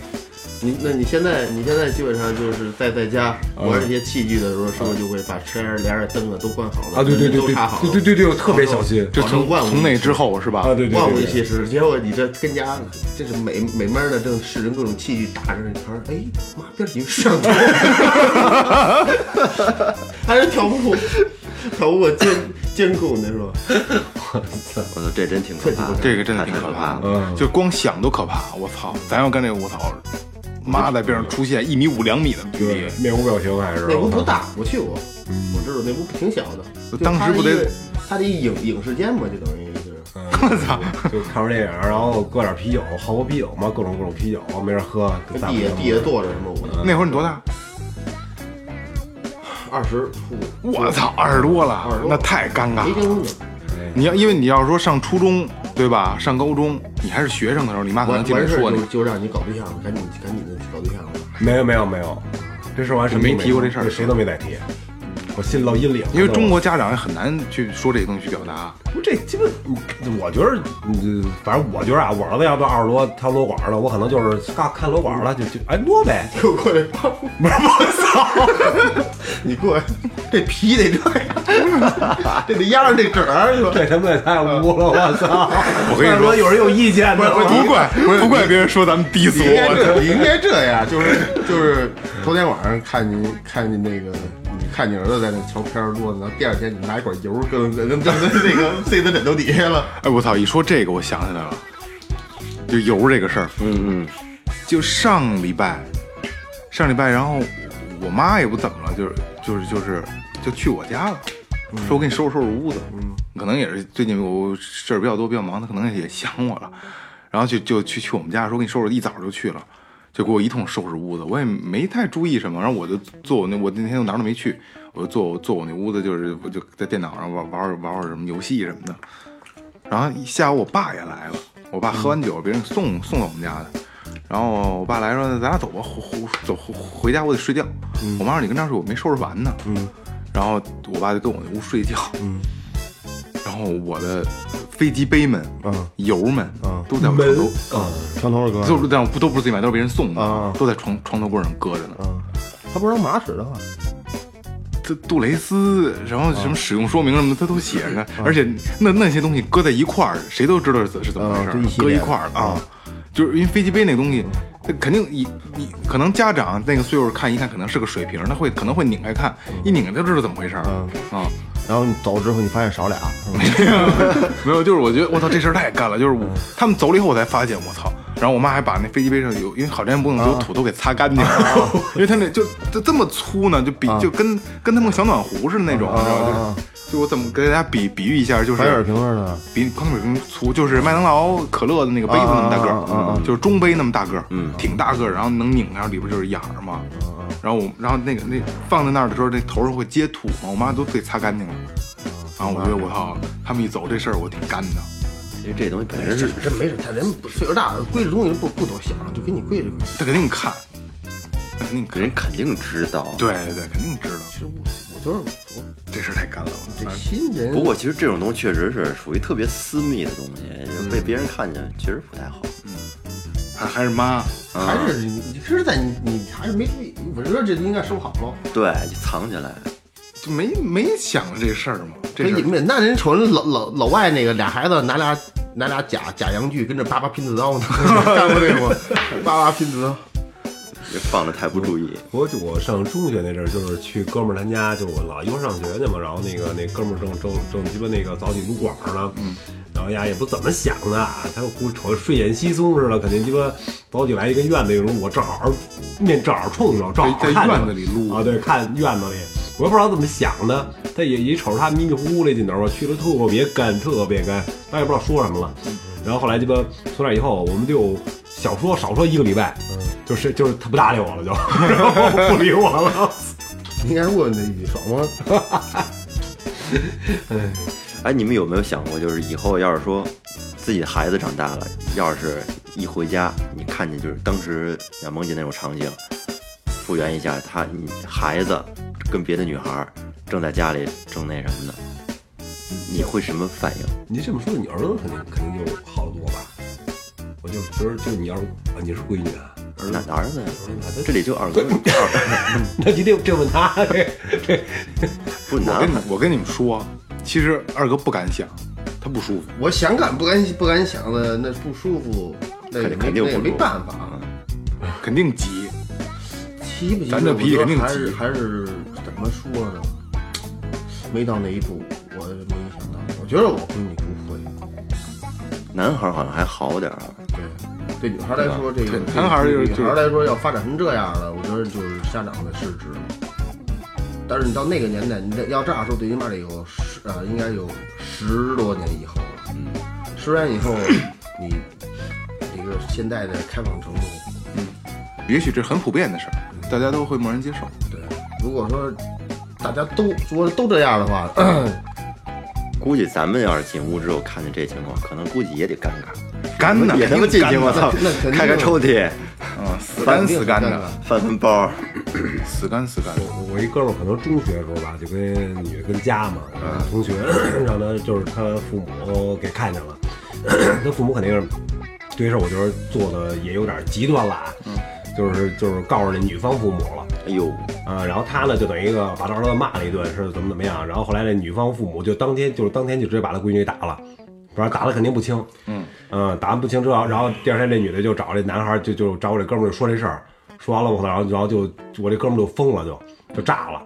S5: 你那你现在你现在基本上就是在在家玩这些器具的时候，是不是就会把车帘儿、灯啊都关好了
S4: 啊，对对对
S5: 都
S4: 对
S5: 插好了，
S4: 对对对对，我特别小心
S3: 就
S5: 保
S3: 从
S5: 证万无
S3: 从那之后是吧？
S4: 啊，对对
S5: 万无
S4: 对
S5: 一
S4: 对，
S5: 失是，结果你这跟家这是美美美的，正试人各种器具打着那圈儿，哎妈，边儿有摄像头， 还是挑不过，挑不过监监控，你说
S6: 我操，这真挺可怕的，
S3: 这个真的挺
S6: 太
S3: 可
S6: 可
S3: 怕
S6: 怕
S3: 的，
S6: 了。
S3: 就光想都可怕。我操，咱要干这个，我操，妈在边上出现一米五两米的距离
S4: 对，面无表情还是
S5: 那屋
S4: 我操
S5: 不大，我去过，我知道那屋挺小的，
S3: 当时不得嗯
S5: 就它的一个它的一影影视间嘛，就等于是。
S3: 我操，
S4: 就看会儿电影，然后搁点啤酒，好多啤酒嘛，各种各种啤酒，没人喝，
S5: 跟
S4: 咱
S5: 地下
S4: 们
S3: 嗯
S5: 地下坐着什么，我
S3: 那会儿你多大？
S5: 二十出，
S3: 我操，二十多了
S5: 二十，多
S3: 那太尴尬
S5: 没结
S3: 了。啊
S5: 婚呢。
S3: 你要因为你要说上初中对吧？上高中你还是学生的时候，你妈可能
S5: 完
S3: 经
S5: 完
S3: 常
S5: 事
S3: 说
S5: 儿就
S3: 你。
S5: 就让你搞对象，赶紧赶紧的搞对象吧。
S4: 没有没有没有，这事儿我还是
S3: 没提过这事儿
S4: 谁都没再提，我心里烙阴里了。
S3: 因为中国家长也很难去说这些东西去表达，
S4: 不是这鸡巴，我觉得，嗯反正我觉得啊，我儿子要到二十多，他裸管了，我可能就是看看裸管了，就就哎摸呗，
S5: 就过来，不是我操！你过来，这皮得这样，这得压着这褶儿，你说
S4: 这他妈也太污了，我操！我
S3: 跟你说
S4: 有人有意见的，啊
S3: 不怪 不怪别人说咱们低俗
S5: 你应该这，你应该这样，就是就是头天晚上看你看你那个。你看你儿子在那瞧片儿桌子，然后第二天你拿一管油跟跟跟那个塞在枕头底下了。
S3: 哎，我操！一说这个，我想起来了，就油这个事儿。
S6: 嗯嗯，
S3: 就上礼拜，上礼拜，然后我妈也不怎么了，就是就是就是就去我家了，
S6: 嗯
S3: 说我给你收拾收拾屋子。嗯，可能也是最近我事儿比较多，比较忙，她可能也想我了，然后就就去去我们家，说给你收拾，一早就去了。就给我一通收拾屋子，我也没太注意什么，然后我就坐我那我那天我哪儿都没去，我就坐我坐我那屋子，就是我就在电脑上玩玩会儿玩会儿什么游戏什么的，然后一下午我爸也来了，我爸喝完酒，别人送送到我们家的。然后我爸来说：“咱俩走吧，回回走回回家，我得睡觉。我妈说：“你跟这儿睡，我没收拾完呢。”然后我爸就跟我那屋睡觉。然后我的飞机杯们、油们都在我床头，
S4: 啊
S5: 床头哥，
S3: 都但不都不是自己买，都是别人送的，都在床床头柜上搁着呢。
S5: 他不是马屎的话，
S3: 这杜蕾斯，然后什
S5: 啊
S3: 么使用说明什么的，它都写着呢。而且那那些东西搁在一块儿，谁都知道是是怎么回事
S5: 啊就一
S3: 儿，
S5: 系
S3: 搁
S5: 列
S3: 一块儿啊。就是因为飞机杯那个东西，它肯定你你可能家长那个岁数看一看，可能是个水瓶，他会可能会拧开看，一拧开就知道怎么回事儿
S5: 嗯
S3: 啊。
S5: 然后你走之后你发现少俩，
S3: 没有，就是我觉得我操这事儿太干了，就是我他们走了以后我才发现我操，然后我妈还把那飞机杯上有因为好长时间不用有土都给擦干净了， 因为它那就就这么粗呢，就比就跟跟他们小暖壶似的那种，你知道吗？就就我怎么给大家比比喻一下，就是
S5: 白水瓶的，
S3: 比康水瓶粗，就是麦当劳可乐的那个杯子那么大个儿，嗯就是中杯那么大个儿，挺大个儿，然后能拧开，里边就是眼儿嘛。然后我，然后那个那放在那儿的时候，那头上会接土嘛，我妈都给擦干净了。然后我觉得我操，他们一走这事儿我挺干的。
S6: 因为这东西本身是
S5: 这没事，他人不岁数大了，规律东西不不多想，就给你规律。
S3: 他肯定看，他肯定看，
S6: 人肯定知道。
S3: 对对对，肯定知道
S5: 其实我我就是我
S3: 这事儿太干了。我
S5: 这
S3: 操
S5: 新人，
S6: 不过其实这种东西确实是属于特别私密的东西，
S3: 嗯
S6: 被别人看见确实不太好。
S3: 还还是妈，
S5: 还是你你是在你你还是没注意，我觉得这应该收好喽。
S6: 对，就藏起来。
S3: 就没没想着这事儿嘛。
S5: 所
S3: 这
S5: 以
S3: 事
S5: 哎
S3: 儿
S5: 你们那人瞅人老老老外那个俩孩子拿俩 拿俩假假洋锯跟这叭叭拼刺刀呢，干过这个吗？叭叭拼刺刀，
S6: 这放的太不注意。
S4: 我就我上中学那阵儿，就是去哥们儿他家，就是我老一块儿上学去嘛，然后那个那哥们儿正正正鸡巴那个早起撸管儿呢，嗯，然后呀也不怎么想的，啊他估计瞅着睡眼惺忪似的，肯定鸡巴早起来一个院子里头，我正好面正好冲着，正好
S3: 在
S4: 看着
S3: 院子里撸
S4: 啊，对，看院子里，我也不知道怎么想的，他也也瞅着他迷迷糊糊的进头吧，去了特别干，特别干，他也不知道说什么了。然后后来鸡巴从那以后，我们就少说少说一个礼拜，就是就是他不搭理我 了就，然后不理我了。
S5: 应该是问的雨爽吗？
S6: 哎，你们有没有想过，就是以后要是说自己的孩子长大了，要是一回家，你看见就是当时亚萌姐那种场景，复原一下，他你孩子跟别的女孩儿正在家里正那什么呢，你会什么反应？
S4: 你这么说，你儿子肯定肯定就好得多吧？我就觉得，就你要是啊，你是闺女啊， 儿子
S6: 哪哪儿呢？
S4: 哪都
S6: 这里就二哥，二
S4: 那你得这问他这 这，
S6: 不
S3: 我
S6: 难
S3: 跟你我跟你们说，其实二哥不敢想，他不舒服。
S5: 我想敢不敢不敢想的，那不舒服，那也
S6: 肯
S5: 没
S6: 肯定
S5: 那也
S6: 不
S5: 没
S6: 舒服
S5: 办法。
S3: 肯定急。
S5: 急不急？
S3: 啊咱这脾气
S5: 我
S3: 肯
S5: 觉
S3: 定
S5: 得还
S3: 急
S5: 是还是怎么说呢？没到那一步，我没想到。我觉得我闺女不会，
S6: 男孩儿好像还好点儿啊，
S5: 对，对女孩来说，这个
S3: 对男孩儿就是
S5: 对女孩来说要发展成这样了，我觉得就是家长的失职了。但是你到那个年代，你这要这样说，对起码得有十呃，应该有十多年以后了。嗯，十年以后，你一个现代的开放程度，
S3: 也许这很普遍的事儿，大家都会默然接受。
S5: 对，如果说大家都说都这样的话，
S6: 估计咱们要是进屋之后看见这情况，可能估计也得尴尬，
S3: 干的
S6: 也他妈进去，我操
S5: 那肯定，
S6: 开开抽屉，
S3: 嗯，死干死干
S5: 肯定
S3: 的
S5: 是，
S6: 翻翻包，
S3: 死干死干的。
S4: 我我一哥们儿可能中学的时候吧，就跟女跟家嘛，同学让他就是他父母给看见了， 他父母肯定是对这事儿，我觉得做的也有点极端了啊，就是就是告诉那女方父母了。
S6: 哎呦，
S4: 啊，然后他呢就等于一个把他儿子骂了一顿，是怎么怎么样，然后后来那女方父母就当天就是当天就直接把他闺女打了，反正打了肯定不轻，嗯打完不轻之后，然后第二天这女的就找这男孩儿就就找我这哥们儿就说这事儿，说完了我操，然后然后就我这哥们儿就疯了就就炸了，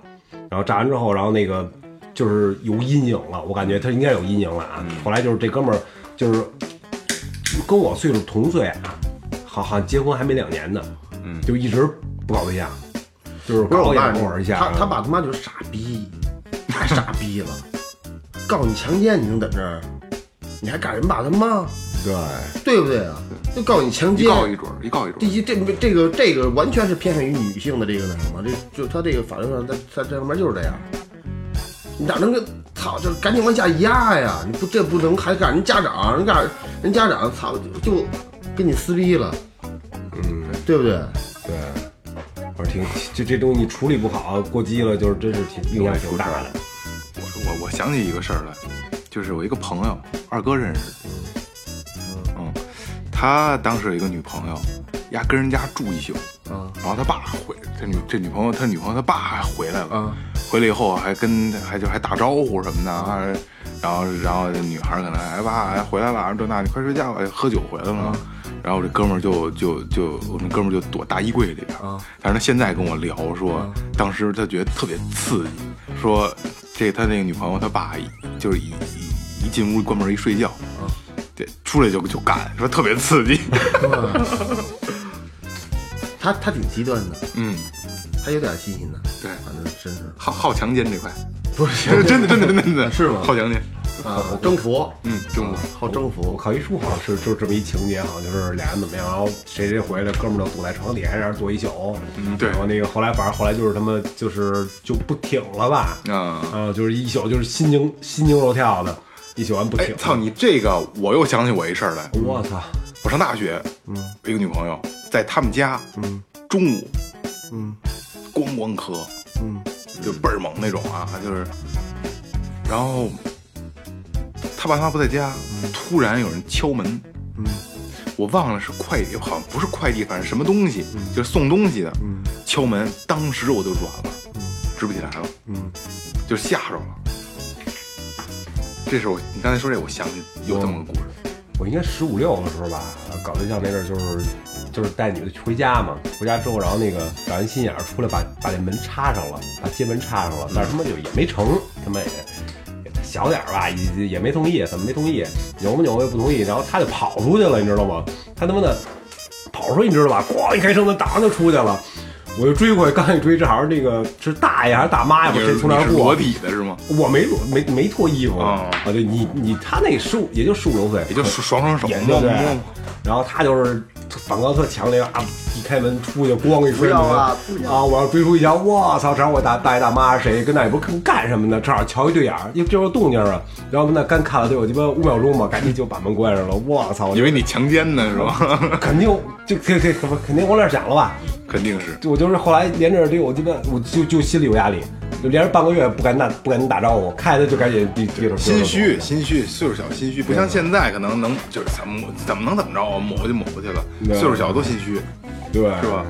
S4: 然后炸完之后，然后那个就是有阴影了，我感觉他应该有阴影了啊，后来就是这哥们儿就是跟我岁数同岁啊，好好像结婚还没两年呢，嗯，就一直不搞对象。就是
S5: 不是
S4: 搞
S5: 我
S4: 也
S5: 爸
S4: 不玩一下，
S5: 他他爸他妈就是傻逼，太傻逼了， 告你强奸你能怎么着？你还敢人爸他妈，
S4: 对，
S5: 对不对啊？就告你强
S3: 一
S5: 奸，
S3: 告一准儿，一告一
S5: 第
S3: 准儿。
S5: 一这这个这个完全是偏向于女性的这个那什么，这就他这个法律上在在这方面就是这样，你哪能跟操就赶紧往下压呀？你不这不能还敢人家长，人家人家长操就就跟你撕逼了，嗯，对不对？
S4: 对，我说挺这这东西处理不好，过激了，就是真是挺影响挺大的。
S3: 我我我想起一个事儿来，就是我一个朋友，二哥认识。嗯，他当时有一个女朋友，呀跟人家住一宿，
S5: 啊
S3: 然后他爸回这女这女朋友他女朋友他爸还回来了，
S5: 啊
S3: 回来以后还跟还就还打招呼什么的，还然后然后这女孩可能哎爸哎回来了，这那你快睡觉吧，哎喝酒回来了嘛。然后我这哥们儿就就就我们哥们儿就躲大衣柜里边儿，
S5: 啊
S3: 但是他现在跟我聊说，当时他觉得特别刺激，说这他那个女朋友他爸一就是一一一进屋关门一睡觉，对，出来就就干，说特别刺 激，
S5: 他他挺极端的，
S3: 嗯，
S5: 他有点信心的，
S3: 对
S5: 反正真是
S3: 好好强奸这块，不 是真的真的真的真的
S5: 是吗
S3: 好强奸，
S5: 啊，征服，
S3: 嗯，中国。
S5: 好征
S4: 我
S5: 服，
S4: 靠，一书好像是就这么一情节，好像就是俩人怎么样，然后谁谁回来，哥们儿就躲在床底下，让人坐一宿。
S3: 嗯对
S4: 然后那个后来反正后来就是他妈就是就不挺了吧，
S3: 啊
S4: 啊，就是一宿就是心惊心惊肉跳的，一宿完不
S3: 哎
S4: 挺。，
S3: 操！你这个我又想起我一事儿来。
S4: 我操！
S3: 我上大学，嗯，一个女朋友在他们家，嗯，中午，嗯，咣咣磕，嗯，就倍儿猛那种啊，就是，然后他爸妈不在家，突然有人敲门，嗯，我忘了是快递，好像不是快递，反正什么东西，就是送东西的，敲门，当时我就软了，直不起来了，嗯，就吓着了。这是我，你刚才说这，我想起有这么个故事。
S4: 我应该十五六的时候吧，搞对象那阵儿就是就是带女的回家嘛，回家之后，然后那个找人心眼儿出来把，把这门插上了，把街门插上了，但是他妈就也没成，他妈也小点儿吧，也也没同意，怎么没同意？扭吧扭吧也不同意，然后他就跑出去了，你知道吗？他他妈的跑出去，你知道吧？咣一开车门，当就出去了。我就追过去，刚一追，正好是那个是大爷还是大妈呀？我
S3: 你
S4: 谁
S3: 是
S4: 从那儿
S3: 你是
S4: 过？
S3: 裸体的是吗？
S4: 我没裸没没脱衣服
S3: 哦
S4: 啊，对你你他那十五也就十五六岁，
S3: 也就爽爽手，
S4: 也
S3: 摸
S4: 就
S3: 摸
S4: 对
S3: 摸。
S4: 然后他就是反抗特强烈啊，一开门出去咣一摔门
S5: 不要啊不要
S4: 啊！我要追出一脚，我操！正好我大大爷大妈谁跟那也不是干什么呢，正好瞧一对眼儿，因为这有动静啊。然后那刚看了得有鸡巴五秒钟吧，赶紧就把门关上了。我操！我
S3: 以
S4: 就
S3: 为你强奸呢是吧？
S4: 肯定就肯肯肯定往那儿想了吧？
S3: 肯定是。
S4: 我就是后来连着这我鸡巴我就就心里有压力，就连着半个月不敢打不敢打招呼，看见他就赶紧低低头。
S3: 心虚，心虚，岁数小，心虚，不像现在可能能就是怎么怎么能怎么着啊，抹就抹过去了。
S4: 对
S3: 岁数小多心虚，
S4: 对
S3: 是吧？？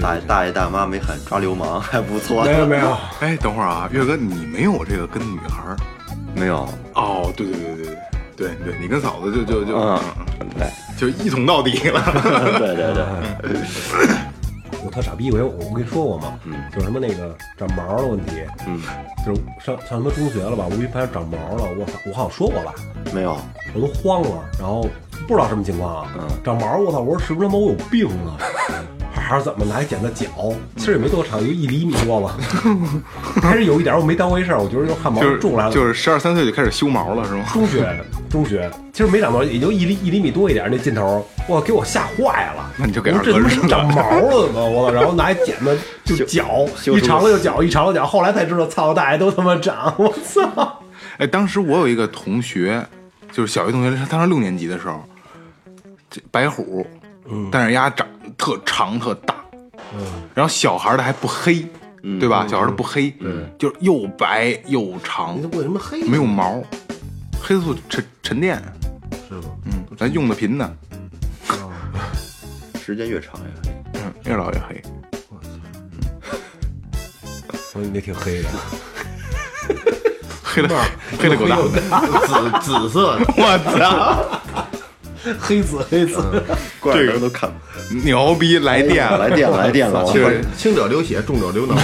S6: 大大爷大妈没喊抓流氓，还不错。
S4: 没有没有，
S3: 哎，等会儿啊，月哥，你没有这个跟女孩儿
S6: 没有，
S3: 哦，对对对对对对对，你跟嫂子就就就
S6: 嗯
S3: 嗯嗯
S6: 对
S3: 就一捅到底了。
S4: 嗯
S6: 对对对，
S4: 我特傻逼，我我跟你说过
S3: 嗯
S4: 吗？就是什么那个长毛的问题，
S6: 嗯，
S4: 就是上上他妈中学了吧，吴云凡长毛了，我好我好像说过吧，
S6: 没有，
S4: 我都慌了，然后不知道什么情况啊，
S3: 嗯
S4: 长毛，我操，我说是不是他妈我有病 啊？还是怎么拿剪子绞？其实也没多长，就一厘米多 吧。还是有一点儿我没当回事儿，我觉得就汗毛
S3: 就是
S4: 种来了。
S3: 就是十二三岁就开始修毛了，是吗？
S4: 中学，中学，其实没长毛，也就一厘一厘米多一点，那劲头，哇，给我吓坏了。
S3: 那你就给
S4: 我
S3: 二
S4: 说这他
S3: 哥
S4: 妈
S3: 扔
S4: 是长
S3: 了。
S4: 毛了怎么？我操！然后拿一剪子就绞，一长了就绞，一长了绞。后来才知道，操，大爷都他妈长，我操！
S3: 哎，当时我有一个同学，就是小学同学，他当时六年级的时候，这白虎，但是丫长特长特大，然后小孩儿的还不黑，对吧？小孩儿的不黑，就是又白又长
S5: 你，这为什么黑？
S3: 没有毛，黑色素沉沉淀，
S5: 是吗？
S3: 嗯，咱用的频呢，
S6: 时间越长越黑。
S3: 嗯，越老越黑。
S4: 所以你那挺 黑的，
S3: 黑的黑的够大的，
S5: 紫 紫色的，
S3: 我操，
S4: 黑子黑子。
S6: 怪不得人都看不
S3: 牛逼来电
S6: 见了
S3: 了！
S6: 来电了，来电了，我
S3: 就是
S5: 轻者流血，重者流 脑。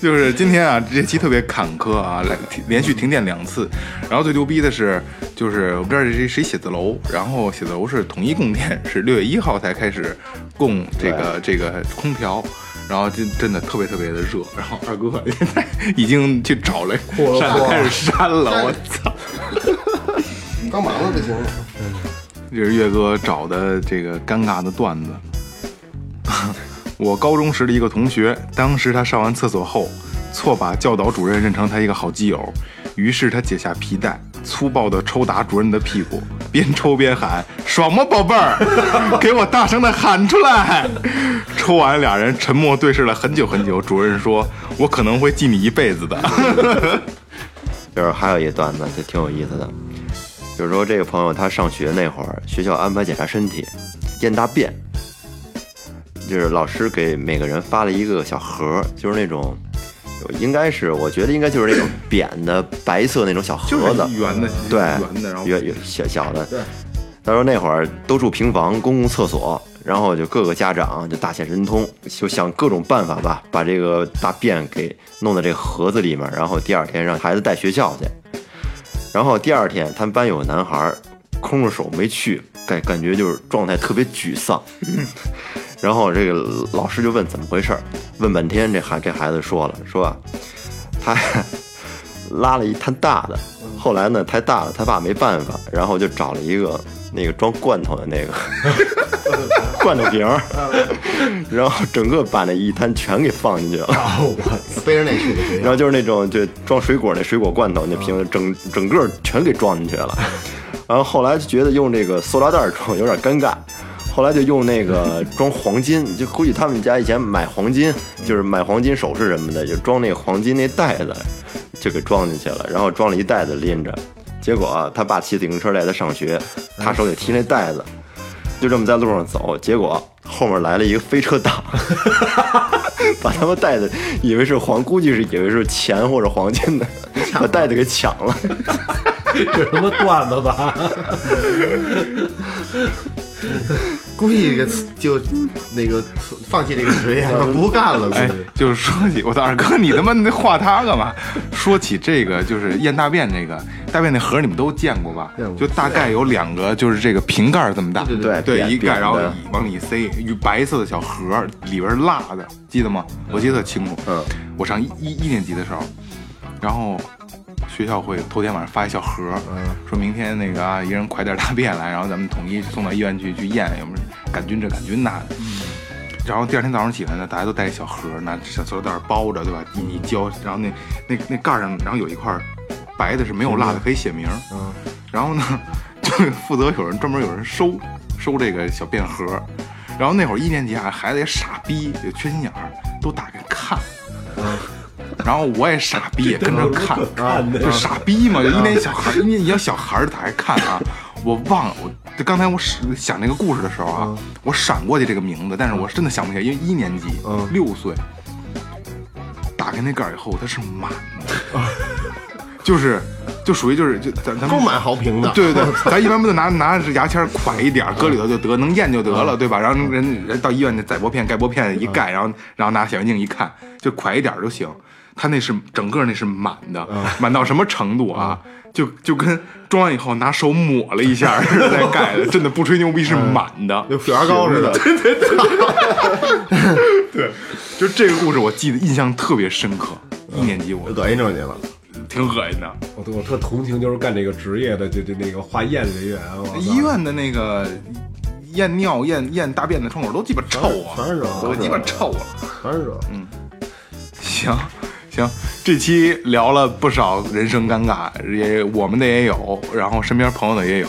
S3: 就是今天啊，这期特别坎坷啊，来停连续停电两次，然后最牛逼的是，就是我们这儿谁谁写字楼，然后写字楼是统一供电，是六月一号才开始供这个这个空调。然后真真的特别特别的热，然后二哥 现在已经去找了扇子开始扇了，我操！
S5: 刚忙了就行了。
S3: 这嗯是岳哥找的这个尴尬的段子。我高中时的一个同学，当时他上完厕所后，错把教导主任认成他一个好基友，于是他解下皮带，粗暴地抽打主任的屁股，边抽边喊：“爽吗，宝贝儿？给我大声地喊出来！”抽完，俩人沉默对视了很久很久。主任说：“我可能会记你一辈子的。
S6: 就是还有一段子，就挺有意思的。就是说，这个朋友他上学那会儿，学校安排检查身体、验大便，就是老师给每个人发了一个小盒儿，就是那种，应该是我觉得应该就是那种扁的白色那种小盒子，
S3: 圆的
S6: 对，
S3: 圆的然后
S6: 圆圆小小的。他说那会儿都住平房，公共厕所，然后就各个家长就大显神通，就想各种办法吧，把这个大便给弄到这个盒子里面，然后第二天让孩子带学校去。然后第二天，他们班有个男孩儿空着手没去，感感觉就是状态特别 沮丧。然后这个老师就问怎么回事儿，问半天这孩这孩子说了说啊，他拉了一摊大的，后来呢太大了，他爸没办法，然后就找了一个那个装罐头的那个罐头瓶儿，然后整个把那一摊全给放进去了。
S3: 哦
S5: 背着那去的啊学
S6: 然
S5: 校，
S6: 后就是那种就装水果那水果罐头那瓶子，整整个全给装进去了。然后后来就觉得用这个塑料袋儿装有点尴尬，后来就用那个装黄金，就估计他们家以前买黄金，就是买黄金首饰什么的，就装那个黄金那袋子，就给装进去了。然后装了一袋子拎着，结果啊，他爸骑自行车带他上学，他手里提那袋子，就这么在路上走，结果后面来了一个飞车党， 把他们袋子以为是黄，估计是以为是钱或者黄金的，把袋子给抢了。
S4: 这什么段子吧？
S5: 故意给就那个放弃这个 职业了，不干了，估
S3: 哎
S5: 计。，
S3: 就是说起我的二哥，你他妈那画他干嘛？说起这个，就是验大便这个，大便那盒你们都见过吧？
S5: 见过
S3: 就大概有两个，就是这个瓶盖这么大，
S5: 对
S6: 对扁
S3: 一盖，
S6: 扁
S3: 然后
S6: 的
S3: 一往里一塞，一白色的小盒，里边是辣的，记得吗？我记得特清楚。
S6: 嗯，
S3: 我上一一一年级的时候，然后学校会头天晚上发一小盒，
S6: 嗯
S3: 说明天那个啊，一人快点大便来，然后咱们统一送到医院去去验有没有杆菌这杆菌那的。
S6: 嗯
S3: 然后第二天早上起来呢，大家都带一小盒，拿小塑料袋包着，对吧？一一浇，然后那那那盖儿上，然后有一块白的是没有蜡的，可以写名。嗯。然后呢， 就负责有人专门有人收收这个小便盒。然后那会儿一年级啊，孩子也傻逼，也缺心眼儿，都打开看。然后我也傻逼，也跟着看，啊就傻逼嘛，就一年小孩，一年你要小孩儿打开看啊。我忘了，我就刚才我是想这个故事的时候啊，我闪过去这个名字，但是我真的想不起来，因为一年级，六岁，打开那盖儿以后，它是满的，就是就属于就是就咱咱们
S5: 够满豪瓶的，
S3: 对对对，咱一般不就拿拿着牙签儿㧟一点儿，搁里头就得，能咽就得了，对吧？然后人人到医院那载玻片、盖玻片一盖，然后然后拿显微镜一看，就㧟一点儿就行。他那是整个那是满的，满到什么程度啊？就就跟装完以后拿手抹了一 下似的，再盖的，真的不吹牛逼是满的。
S5: 有血压高似的，
S3: 就这个故事我记得印象特别深刻，一年级我
S5: 恶心着你了。
S3: 挺恶心的。
S4: 我我特同情，就是干这个职业的，这这那个化验人员，我操
S3: 医院的那个验尿、验验大便的窗口都鸡巴臭啊，
S5: 全是肉
S3: 都鸡巴臭啊。
S5: 全是肉
S3: 行行，这期聊了不少人生尴尬，也我们的也有，然后身边朋友的也有，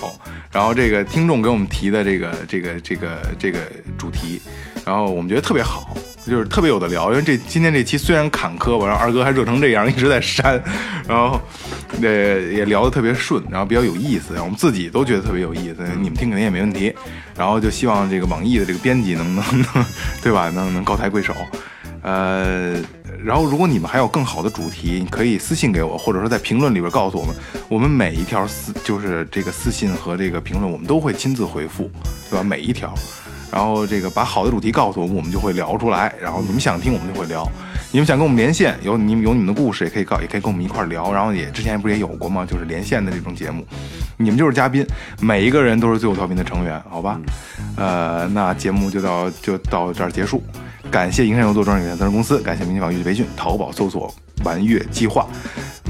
S3: 然后这个听众给我们提的这个这个这个这个主题，然后我们觉得特别好。就是特别有的聊，因为这今天这期虽然坎坷吧，然后二哥还热成这样，一直在删，然后，呃，也聊得特别顺，然后比较有意思，然后我们自己都觉得特别有意思，你们听肯定也没问题。然后就希望这个网易的这个编辑能能能，对吧？能能高抬贵手。呃，然后如果你们还有更好的主题，你可以私信给我，或者说在评论里边告诉我们。我们每一条私就是这个私信和这个评论，我们都会亲自回复，对吧？每一条。然后这个把好的主题告诉我们，我们就会聊出来。然后你们想听，我们就会聊。你们想跟我们连线，有你们有你们的故事，也可以告，也可以跟我们一块儿聊。然后也之前不是也有过吗？就是连线的这种节目，你们就是嘉宾，每一个人都是最后调频的成员，好吧？呃，那节目就到就到这儿结束。感谢营山游做专业有限责任公司，感谢民间法律培训，淘宝搜索“玩乐计划”，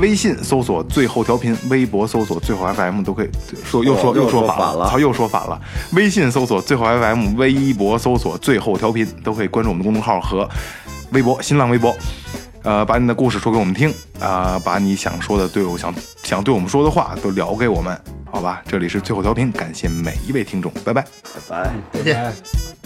S3: 微信搜索“最后调频”，微博搜索“最后 FM” 都可以。呃说又说、
S6: 哦
S3: 又
S6: 又
S3: 说
S6: 说
S3: 反
S6: 反了
S3: 操，又说反了。微信搜索“最后 FM”，微博搜索“最后调频”，都可以关注我们的公众号和微博、新浪微博。呃，把你的故事说给我们听啊、把你想说的对我想想对我们说的话都聊给我们，好吧？这里是最后调频，感谢每一位听众，拜拜。
S6: 拜拜。
S5: 再见。
S4: 哎